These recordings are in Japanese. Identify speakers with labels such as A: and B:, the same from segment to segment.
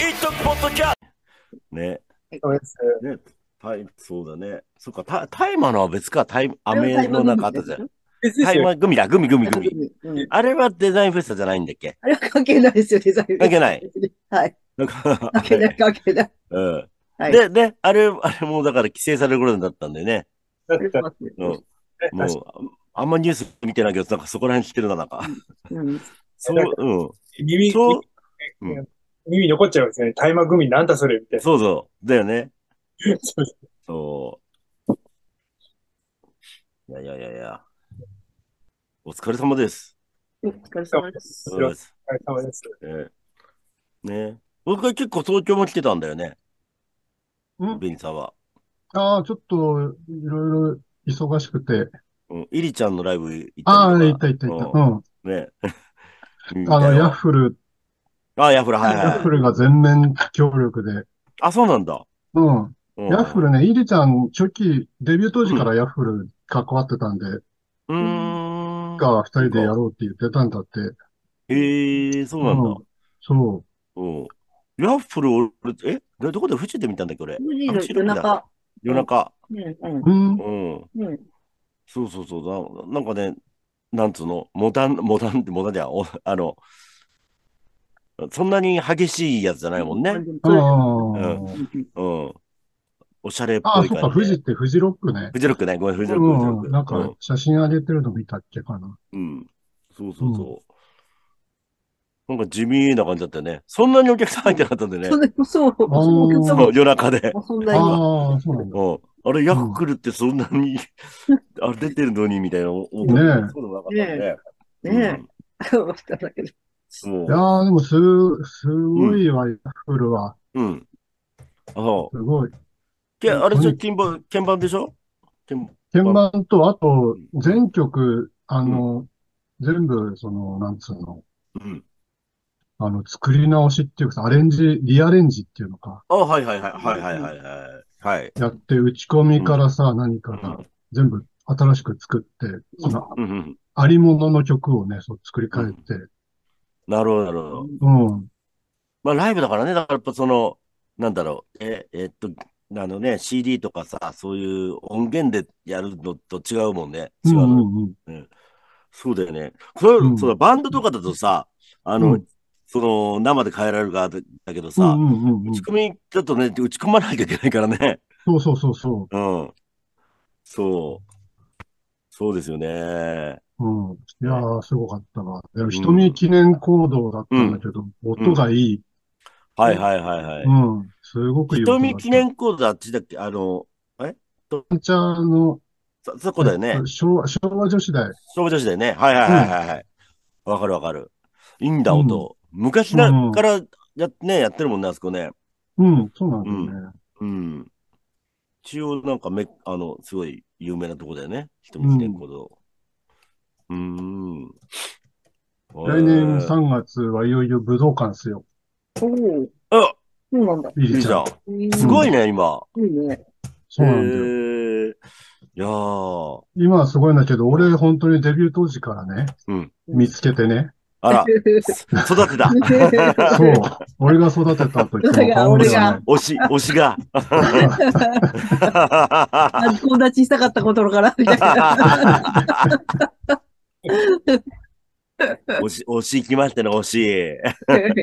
A: イトポッドキャね。
B: そうです。
A: ね。タイ、そうだね。そっか、タ大麻のは別か、タイ、アメの中あったじゃん。
B: 別です
A: 大
B: よ。
A: 麻グミだ、グミグミグミ。
B: うん
A: あれはデザインフェスタじゃないんだっけ
B: あれは関係ないですよ、デザイン。
A: 関係ない。
B: はい。
A: なんか、
B: 関係ない、関係ない。
A: うん。
B: はい
A: で、ね、あれ、あれもだから規制される頃になったんでね。
B: あ
C: だ
B: り
C: っ
B: がと
C: た
B: うござい
A: うん
B: ま。
A: も
C: 確か
A: う、ああんまニュース見てないけど、なんかそこら辺知ってるな、なん か。
B: すうん
A: そう
C: なん、
A: うん。
C: に耳、
A: そう、
C: 耳残っちゃうんですね。大麻グミなんだそれみたいな。
A: そうそう。だよね。
C: そうです
A: そう。いやいやいやいや。お疲れ様です。
B: お疲れ様です。
A: そうです。
C: お疲れ様です。
A: ええね僕は結構東京も来てたんだよね。
D: うん
A: ベニさんは。
D: ああ、ちょっと、いろいろ忙しくて。
A: うん。イリちゃんのライブ行ったりとか。
D: ああ、いたいたいた。
A: うん
D: うん。
A: ね
D: あの、ヤッ
A: や
D: フル、
A: あ、ヤフル、はい
D: ヤッフ
A: はい。
D: ルが全面協力で。
A: あ、そうなんだ。
D: うん。
A: うん
D: ヤッフルね、イリちゃん、初期、デビュー当時からヤッフル関わってたんで、
A: うーん。
D: が二人でやろうって言ってたんだって。
A: へえ、そうなんだ。
D: そ
A: うん。ヤッフル、俺、えどこで富士で見たんだっけ、俺。
B: 無理の夜中。
A: 夜中。
B: うんうん
D: う。うん。
A: うん。
B: うん。
A: そうそうそう。な、なんかね、なんつうの、モダン、モダンってモダンじゃん。おあの、そんなに激しいやつじゃないもんね。うん。
D: あ
A: う
D: あ。
A: おしゃれっ
D: あ
A: ぽ
D: あ、
A: い
D: そっ
A: 感
D: か、
A: じ
D: フジっ
A: で。
D: てフジロックね。
A: フジロックね。ごめん、フジロック、フジロ
D: う
A: ック。
D: ん。なんか、写真上げてるの見たっけかな。
A: うん。うんそうそうそう。なんか地味な感じだったよね。そんなにお客さん入ってなかったんでね
B: そ。んなそう、その曲
A: そ
B: も
A: う夜中で。
B: そんなに。
D: ああ、そうなんだ。
A: うん。あれ、ヤックルってそんなに、 あれ出てるのにみたいな。ねそうでもなかったね。
B: ね
A: え。
B: え。わかんないけど。
A: そう
D: いや。ー、でもす、すごいわ、ヤッフルは。
A: うん。あそう。
D: すごい。
A: けあれ
D: うん
A: じゃ鍵盤、鍵盤でしょ鍵
D: 鍵盤と、あと、全曲、あの、全部、その、なんつうの、
A: うん。
D: あの、作り直しっていうかさ、アレンジ、リアレンジっていうのか、
A: あ、はいはいはいはいはいはいはい。はい。
D: やって、打ち込みからさ、何から、全部新しく作って、その、
A: うんうん。
D: ありものの曲をね、そう作り変えて、
A: なるほど、なるほど。
D: うん、
A: まあ、ライブだからね、だからやっぱその、なんだろう、え、えっと、あのね、CD とかさ、そういう音源でやるのと違うもんね。
D: う
A: 違
D: ん、
A: う
D: う
A: の。
D: ん、うん。
A: そうだよね。そう
D: うん
A: そうだ、バンドとかだとさ、あ
D: う
A: の
D: ん、
A: その、生で変えられるからだけど
D: う
A: さ、
D: ん、うん、うん、う
A: 打
D: ん
A: ち。込みだとね、打ち込まないといけないからね。
D: そうそうそうそ
A: うん。そう。そうですよね。
D: う。うん。いやー、すごかったわ。でも、瞳記念行動だったんだけど、音がいい。
A: はいはいはいはい。
D: うん。すごくいい音だ
A: 瞳
D: った。
A: 記念講座あっちだっけあの、
D: ちゃんちゃんの、
A: そ、そこだよね。
D: 昭和、昭和女子大。
A: 勝負女子だよね。はいはいはいはいはい。わかるわかる。いいんだ、
D: うん
A: 音。昔な、
D: うん
A: からや、ね、やってるもんね、あそこね。
D: うん、そうなんだよね。
A: うん。一応なんかめ、あの、すごい有名なとこだよね。瞳記念講座。うーん。
D: 来年
A: ん。
D: 3月はいよいよ武道館っすよ。
B: おお、
A: あ、
B: そうなんだ。
D: リ
A: いい
D: リ
A: じ
D: ちゃ
A: ゃ
D: ん。
A: ん。すごいね、今。
B: いいね。
D: そうなんだよ。
A: へーいやー。
D: 今はすごいんだけど、俺本当にデビュー当時からね、
A: うん
D: 見つけてね。
A: あら、育てた。
D: そう。俺が育てたと言っても過言では
A: 推し、推し が。
D: ない。
B: あ、友達したかったことから、みたいな。
A: 推し、推し来ましたね、推し。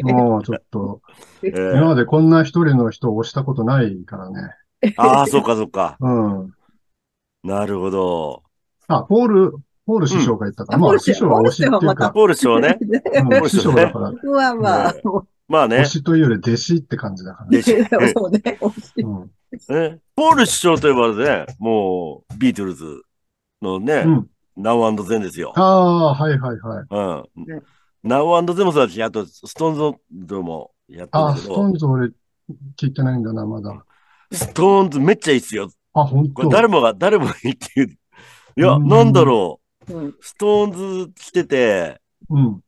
D: もうちょっと、
A: え
D: 今
A: ー
D: までこんな一人の人を押したことないからね。
A: ああ、そうか、そうか。
D: うん。
A: なるほど。
D: あ、ポール、ポール師匠が言ったから。ま
B: ポー
D: あ、
B: ル師
D: 師
B: 匠
D: 匠は推しっていうか、
A: ポール師匠ね。
D: うん師匠だから、
B: 僕はまあ、
A: まあね
D: 推。しというより弟子って感じだからね。
A: でし
B: そうね。
D: うん。
A: ねポール師匠といえばね、もう、ビートルズのね、
D: うん。
A: ナウゼンですよ。
D: ああ、はいはいはい。
A: うん
B: ね。
A: ナウゼンもそうだし、あと、ストーンズもやってるん
D: あ
A: だ
D: あ、
A: け
D: ストー
A: ど、
D: ンズ俺聞いてないんだな、まだ。
A: ストーンズめっちゃいいっすよ。
D: あ、本
A: これ
D: 当。
A: 誰もが、誰もが言ってる。いや、
D: うん
A: なんだろ
B: うん
A: う。ストーンズ来てて、
D: うん。
A: うん、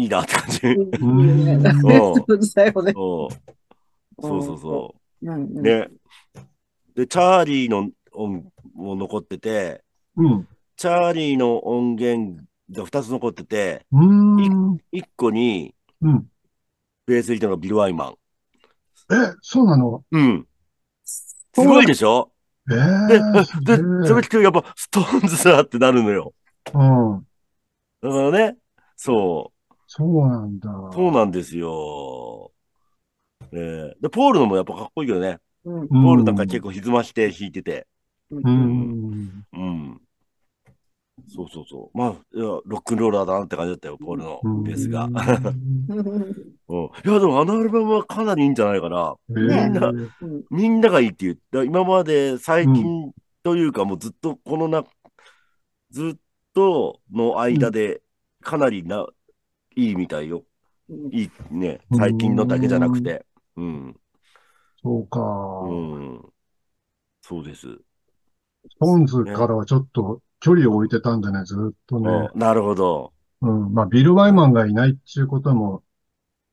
A: いいなって感じ。うん。
B: そうね。
A: そうそうそ
B: うん
A: う。
B: うん
A: ね。で、チャーリーの音も残ってて、
D: うん。
A: チャーリーの音源が2つ残ってて、
D: うーん。
A: 1個に、
D: うん。
A: ベース弾いたのがビル・ワイマン。
D: え、そうなの
A: うん。すごいでしょ
D: え
A: で
D: ー、すげ
A: で、
D: え
A: それ聞くとやっぱ、ストーンズだってなるのよ。
D: うん。
A: だからね、そ
D: そうなんだ。
A: う、そうなんですよ。えーで、ポールのもやっぱかっこいいけどね。
B: うん
D: う
A: ポールなんか結構歪まして弾いてて。
D: うん。
A: うん。そうそうそう。まあ、いやロックンローラーだなって感じだったよ、ポールの
D: うん
A: ベースが。うん。
D: うん
A: いや、でもあのアルバムはかなりいいんじゃないかな。
D: え
B: ね
D: ー
A: みんながいいって言った。今まで最近というか、もうずっとこのな、ずっとの間で、かなりな、いいみたいよ。いいね。最近のだけじゃなくて。うん。
D: そうか。
A: うん。そうです。
D: スポンズからはちょっと距離を置いてたんだね、ずっとね。
A: うんなるほど。
D: うん。まあ、ビル・ワイマンがいないっていうことも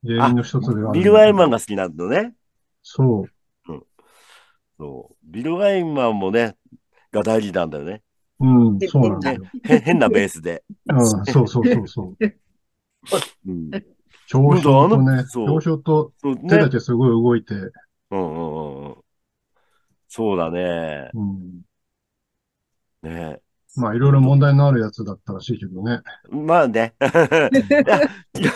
D: 原因の一つではある。
A: ビル・ワイマン
D: ン。
A: が好きなんだね。
D: そう。
A: そう。ビル・ワイマンもね、が大事なんだよね。
D: うん、そうなんだよ。
A: へ変なベースで。
D: うん、そうそうそうそう。
A: う ん。
D: 表彰と
A: なんかあ
D: ね
A: の、そう
D: 表彰と
A: そう
D: 手
A: ね
D: だ。けすごい動いて、
A: うんうんうんうん。そうだね。
D: うん。
A: ね
D: まあ、いろいろ問題のあるやつだったらしいけどね。
A: まあね。いろ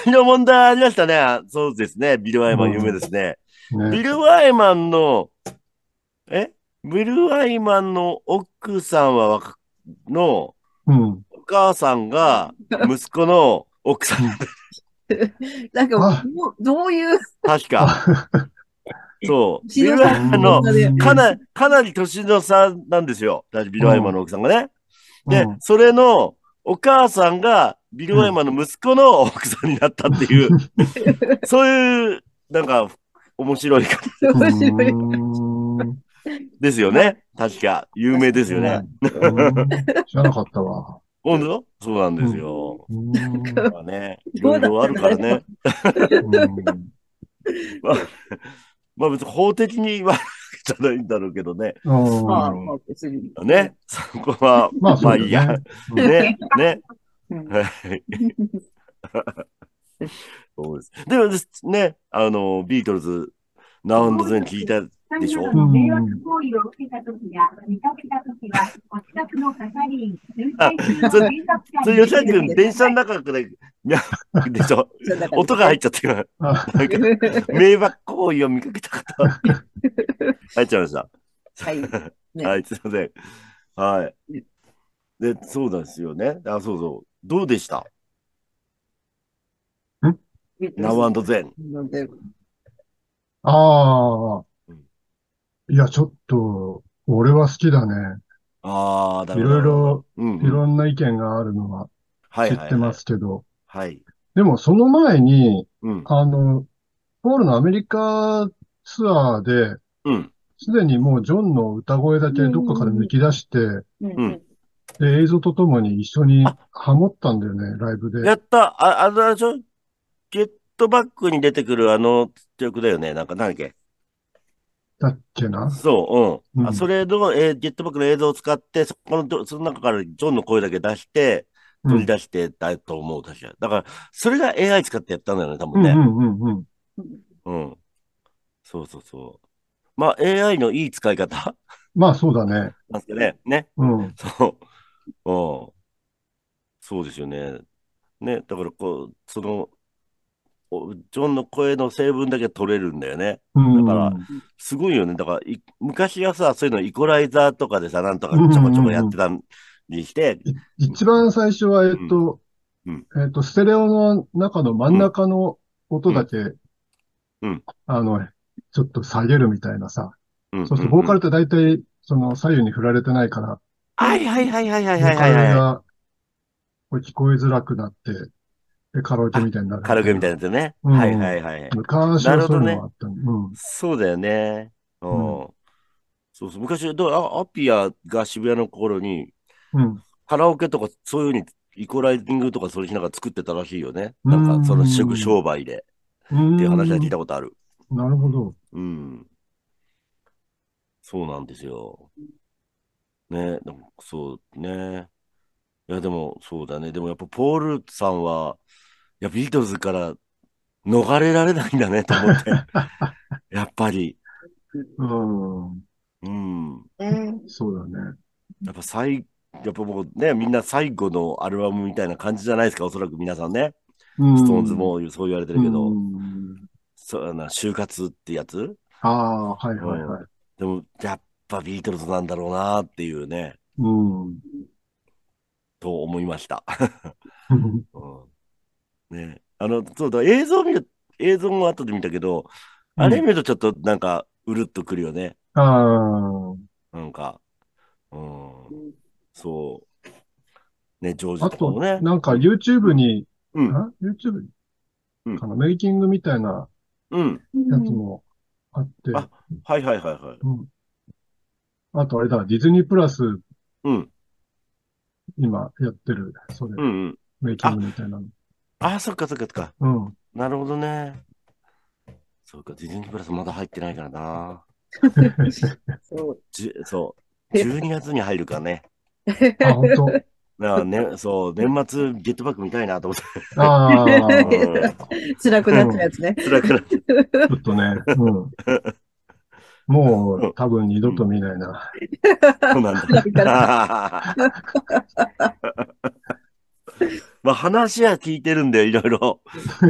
A: いろ問題ありましたね。そうですね。ビル・ワイマン有名ですね。ビ
D: ね。
A: ル・ワイマンの、えビル・ワイマンの奥さんは若、の
D: うん。
A: お母さんが息子の奥さん。
B: なんか、もうどういう、
A: 確か。 そう。ビ
B: 年
A: ル・
B: の
A: ワ
B: 差
A: イマンの、
D: うん
A: かなかなり年の差なんですよ。ビル・ワイマンの奥さんがね。で、
D: うん
A: それのお母さんがビル・ワイマンの息子の奥さんになったっていう、 そういう、なんか、面白い方
B: 面白い。
D: うん
A: ですよね。確か。有名ですよね。
D: うん知らなかったわ。
A: 本当そうなんですよ。
D: うん
A: まあね、いろい
B: どうだったの
A: ろあるからね。
D: う
A: まあ別に法的に言わなじゃないんだろうけどね。
D: ん
B: まあ、まあ、別に。
A: ね。そこは、
D: まあ、
A: ま
D: そ
A: あ
D: うだ
A: いいや。
D: ね。
A: ね。ね。
B: うん
A: はいそうです。でもですね、あの、ビートルズ、ナウンドズに聞いたでしょ
E: うん迷惑行為を受けたときや、見かけたときは、お近くの係員、巡回中の警察
A: そ
E: 官
A: れ
E: に
A: 吉田君、電車の中で、いやでしょ、 音が入っちゃって今、
D: あ
A: なんか迷惑行為を見かけた方、入っちゃいました。
B: はい。ね
A: はい、すいません。はい。で、そうなんですよね。あ、そうそう。どうでしたナワンドゼン。
B: なんで
D: あ
A: う
D: あ
A: ん。
D: いや、ちょっと、俺は好きだね。
A: ああ、だ
D: いろいろ、
A: うん
D: いろんな意見があるのは
A: はいは
D: 知
A: いはい
D: ってますけど。
A: はい。
D: でも、その前に、
A: うん。
D: あの、ポールのアメリカツアーで、
A: うん。
D: すでにもうジョンの歌声だけどっかから抜き出して、
B: うん
D: で、映像とともに一緒にハモったんだよね、ライブで。
A: やった、あ、あの、あれでしょゲットバックに出てくるあの曲だよね。なんか、なんだっけ
D: だっけな。
A: そう、うん。あ
D: うん
A: それの、えーゲットバックの映像を使って、そこのど、その中からジョンの声だけ出して、取り出してたと思う、確か。だから、それが AI 使ってやったんだよね、多
D: う
A: 分
D: ん
A: ね。
D: うんうんうん。
A: うん。そうそうそう。まあ、AI のいい使い方
D: まあ、そうだね。
A: なんですかね。ね。
D: うん。
A: そう。うん。そうですよね。ね。だから、こう、その、おジョンの声の成分だけ取れるんだよね。
D: うん。
A: だからすごいよね。だからい、昔はさ、そういうのイコライザーとかでさ、なんとかちょこちょこやってたりして、
D: 一番最初は、えっと
A: うん、
D: えっと、ステレオの中の真ん中の音だけ
A: うん、
D: あの、ちょっと下げるみたいなさ。
A: うん
D: そうすると、ボーカ
A: ル。
D: ルって大体、その左右に振られてないから、
A: はいはいはいはいはい
D: ボ
A: は
D: ー
A: い
D: カル
A: は
D: がこう聞こえづらくなって、で、カラオケみたいになる。
A: い。カラオケみたい
D: な。
A: なやつね。
D: うん
A: はいはいはい。
D: 昔はそういうのもあったね。
A: そうだよね。うん。
D: う
A: そうそう。昔、どうあアピアが渋谷の頃に、
D: うん。うん。
A: カラオケとかそういうふうにイコライジングとかそれしながら作ってたらしいよね。なんか、その
D: う
A: 食
D: ん
A: 商売で
D: うーん
A: っていう話は聞いたことある。
D: なるほど。
A: うん。そうなんですよ。ね、でもそうね。いや、でも、そうだね。でもやっぱ、ポールさんは、いや、ビートルズから逃れられないんだねと思 って。やっぱり。
D: うん。
A: うん。
D: そうだね。
A: やっぱ最、やっぱもうね、みんな最後のアルバムみたいな感じじゃないですか、おそらく皆さんね。
D: うん。
A: ストーンズもそう言われてるけど、
D: うん
A: そうやな、就活ってやつ
D: ああ、はいはいはい。
A: でも、やっぱビートルズなんだろうなっていうね、
D: うん。
A: と思いました。 うんね、あの、そうだ、映像見る、映像も後で見たけど、あれ見るとちょっとなんか、うるっとくるよね。
D: ああ、
A: なんか、うん、そう。ね、ジョージ
D: あ
A: とか
D: と
A: も、ね。
D: なんか YouTube に、
A: うん
D: ん YouTube
A: うん
D: かな、メイキングみたいな
A: うん。
D: やつもあって、
A: あはいはいはいはい。
D: うん。あとあれだ、ディズニープラス
A: うん。
D: 今やってる、それ
A: う、んうん。
D: メイキングみたいなの。
A: あ、そっかそっかそっか。
D: うん。
A: なるほどね。そうか、ディズニープラスまだ入ってないからな。
B: そう。
A: じゅそう。12月に入るからね。
D: あ、本当。
A: だ からね、そう、年末ゲットバック見たいなと思って。
D: ああ、ち
A: うん
B: 辛くなっちゃうやつね。
A: 辛くなっち
D: ょっとね、うん。もう多分二度と見ないな。
A: ゃう なんだ。 まあ話は聞いてるんで、いろいろ。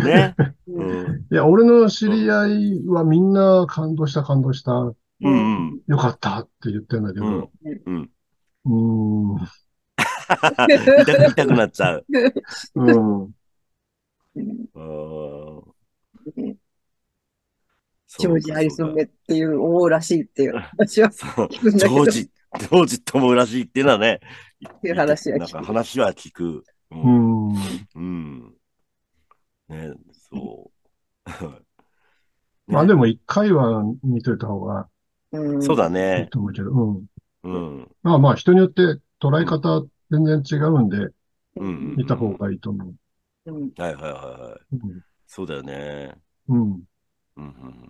A: ね。うん。
D: いや、俺の知り合いはみんな感動した、感動した、よ
A: うん
D: かったって言ってんだけ
A: うん。うんう
D: ど、。
A: ん。
D: うーん、
A: 痛く痛くなっちゃう。
D: うん、
A: うん
B: ジョージ・ハリソン
A: そうか
B: ベっていう、思うらしいっていう話は
A: そう
B: 聞くん
A: ジ
B: だ
A: ョ
B: けど、
A: ージ、ジョージともらしいっていうのはね、
B: っていう話は
A: なん
B: 聞
A: か
B: く。
A: 話は聞く。う
D: う。ん、
A: うん。ね、そう。
D: まあでも一回は見といた方が
B: うん
A: そうだ
D: いい
A: ね。
D: と思うけど、うん。
A: うん。
D: まあまあ人によって捉え方全然違うんで、
A: うんうん
D: 見た方がいいと思う。
B: うん
A: はいはいはいはい。そうだよね。
D: うん、
A: うんうんうんうん。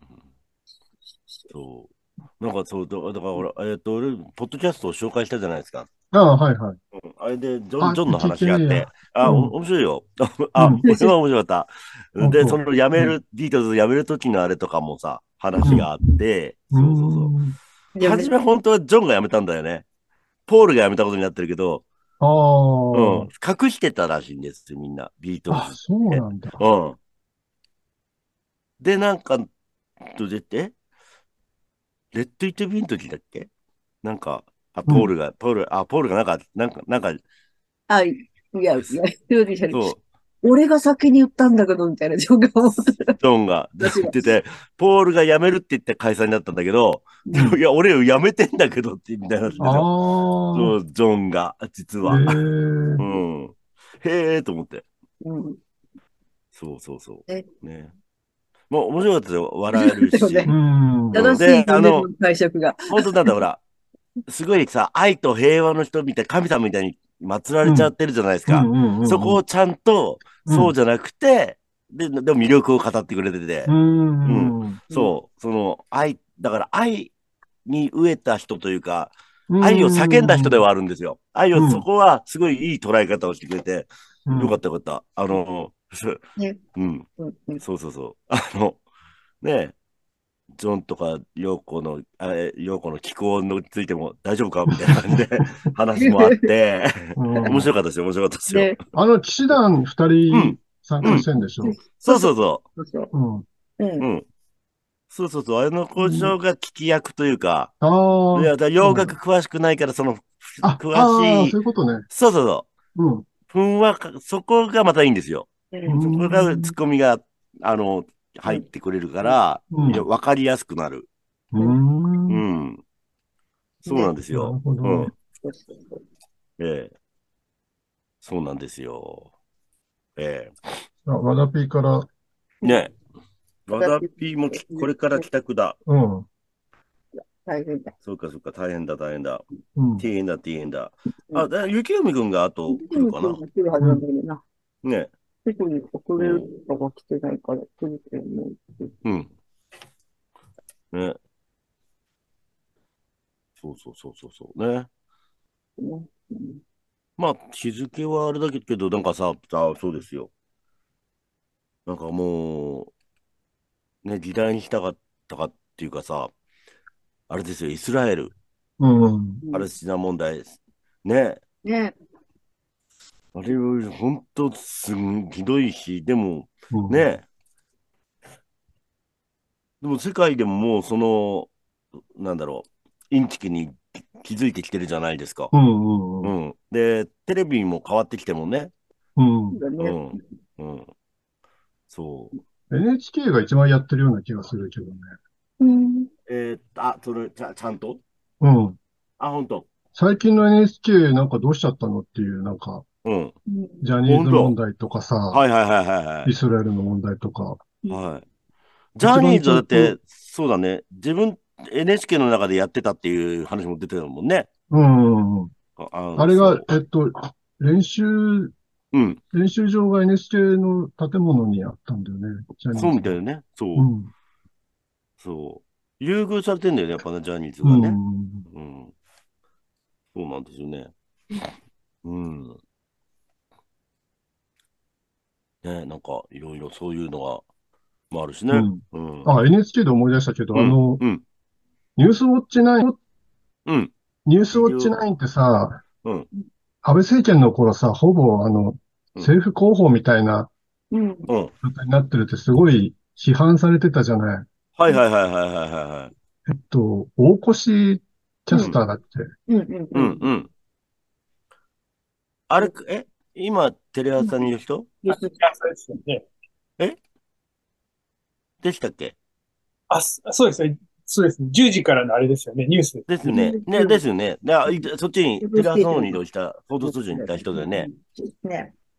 A: そう。なんかそう、だだからほら、えっと、俺、ポッドキャストを紹介したじゃないですか。
D: ああ、はいはい。
A: うんあれで、ジョ
D: あ
A: ン、ジョンの話があっ
D: 聞いてねえ
A: て
D: や、
A: あ、
D: うん
A: お面白いよ。あ、
D: うん
A: 俺は面白かった。で、
D: 本当
A: その辞める、ビートルズ辞める時のあれとかもさ、話があって、そうそうそう。
D: うん
B: いや
A: 初め本当はジョンが辞めたんだよね。ポールが辞めたことになってるけど、
D: あ
A: う
D: あ、
A: ん、隠してたらしいんですみんな、ビートル
D: あ、そうなんだ。
A: ズ。うん。で、なんか、と出て、レッド・イット・ビーの時だっけなんか、あ、ポールが、ポール、あ、ポールがなんか、なんか、なんか、
B: あ、いや、いや、ジョージじゃない
A: そう、
B: 俺が先に言ったんだけど、みたいな状況を思ってた。
A: ジョンが言ってて、ポールが辞めるって言って解散になったんだけど、
B: うん
A: でもいや、俺を辞めてんだけどって、みたいなってたでしょ。
D: ああ、
A: そう、ジョンが、実は。
D: えー
A: うん。へえーと思って。
B: うん
A: そうそうそう。
B: え
A: ね。もう面白かったですよ。笑える
B: そう
A: し
B: ね。
D: うん。
B: 正しい
A: で
B: よ
A: あ
B: ね、
A: の
B: この解釈が。
A: 本当なんだ、ほら。すごいさ、愛と平和の人みたい、神様みたいに祀られちゃってるじゃないですか。
D: うんうんうんうん
A: そこをちゃんと、
D: うん
A: そうじゃなくて、で、でも魅力を語ってくれてて、
D: うんうん
A: そう、その愛、だから愛に飢えた人というか、
D: うん
A: 愛を叫んだ人ではあるんですよ。愛
D: う
A: を、
D: ん
A: そこはすごいいい捉え方をしてくれて、
D: うん
A: よかったよかった。あの、
B: ね
A: うん。
B: うんうん
A: そうそうそう。あの、ねえ、ジョンとか陽子の、あれ、陽子の気候についても大丈夫かみたいな 感じで話もあって、
D: うん
A: 面白かったですよ、面白かったですよ。
B: ね、
D: あの、騎士団二
A: うん
D: 人参加してんでしょ
B: うん。
A: そうそうそ
B: そうそう。
D: うん。
B: うん
A: う。うん。そうそうそう。あの工場が聞き役というか、
D: ああ、
A: いや、だから洋楽詳しくないから、その、
D: あ、あ
A: 詳
D: あ、
A: しい
D: そういうことね。
A: そうそうそ
D: うん。
A: う。ふんわか、そこがまたいいんですよ。
B: うん
A: そこがツッコミが、あの、入ってくれるから、
D: うん
A: いやわかりやすくなる。
D: うーん。
A: う。
D: なん
A: そうなんです
D: る
A: よ。
D: ほど
A: うん
D: ね。。
B: そうそうそう
A: ええ。そうなんですよ。え
D: あ、ワダピーから、
A: え。ねえ。
B: ん
A: わだぴーもきこれから帰宅だ。
D: うん。
B: 大変だ。
A: そうかそうか、大変だ大変だ。
D: うん。
A: 大変だ大変だ
B: う。ん
A: あ、だ雪海くんが後来るかな。
B: 来るはずなんだけどな。
A: ね
B: 特に遅れるとか来てないから来るけどね。
A: え。うん。ねそうそうそうそうそうね。
B: うん
A: まあ、日付はあれだけど、なんかさ、あ、そうですよ。なんかもう、ね、議題にしたかったかっていうかさ、あれですよ、イスラエル、
D: うん。
A: パレスチナ問題です。ね、
B: ね
A: あれは本当すんひどいし、でも
D: うん。
A: ね、でも世界でももうその、なんだろう、インチキに気づいてきてるじゃないですか。
D: うんうん
A: う
D: う。
A: んん。で、テレビも変わってきてもね。
D: うん。
A: う
B: ね。
A: ん。うん。そう。
D: NHK が一番やってるような気がするけどね。
B: うん。
A: えー、あ、それ、ちゃ、ちゃんと
D: うん。
A: あ、ほんと。
D: 最近の NHK なんかどうしちゃったのっていう、なんか、
A: うん。
D: ジャニーズ問題とかさ、
A: はいはいはいはいは
D: イスラエルの問題とか。
A: い。はい。ジャニーズだって、そうだね。自分、NHK の中でやってたっていう話も出てたもんね。
D: うんうんうん。
A: あ、あ
D: あれ
A: そ
D: が
A: う、
D: えっと、練習、
A: うん。
D: 練習場が NHK の建物にあったんだよね。ジャニーズ
A: そうみたいよね。そう
D: う。ん。
A: そう。優遇されてんだよね、やっぱね、ジャニーズ
D: う
A: が
D: ん。
A: ね。うん。そうなんですよね。うん。ね、なんか、いろいろそういうのが、もあるし
D: う
A: ね。
D: ん。
A: うん。
D: あ、NHK で思い出したけど、あの、
A: うん。
D: ニュースウォッチナイン、
A: うん。
D: ニュースウォッチナインってさ、
A: うん
D: 安倍政権の頃さ、ほぼあの、
A: うん
D: 政府広報みたいな
B: うん。
A: うん。
D: 状態になってるってすごい批判されてたじゃない。
A: はいはいはいはいはいはいはい。
D: えっと、大越キャスターだっ
B: う
D: け
B: ん。うん。
A: うんうん。あれ、え、今、テレ朝にいる人
B: よし
C: や、そうですよね。
A: でしたっけ
C: あ、そそうですね。そうですね。10時からのあれですよね、ニュース。
A: ですよね。ね、ですよね。であいそっちに、テレ朝の方に移動した、報道
B: う
A: スタジオにいた人だよね。
B: ね。